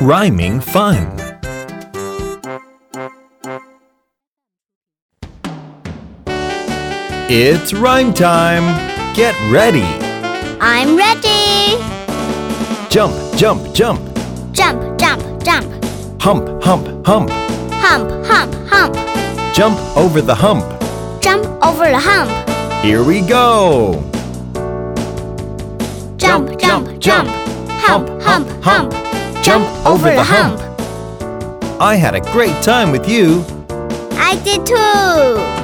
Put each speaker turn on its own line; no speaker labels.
Rhyming fun. It's rhyme time. Get ready.
I'm ready.
Jump, jump, jump.
Jump, jump, jump.
Hump, hump, hump.
Hump, hump, hump.
Jump over the hump.
Jump over the hump.
Here we go.
Jump, jump, jump. Hump, hump, hump.
Jump over the hump. I had a great time with you.
I did too.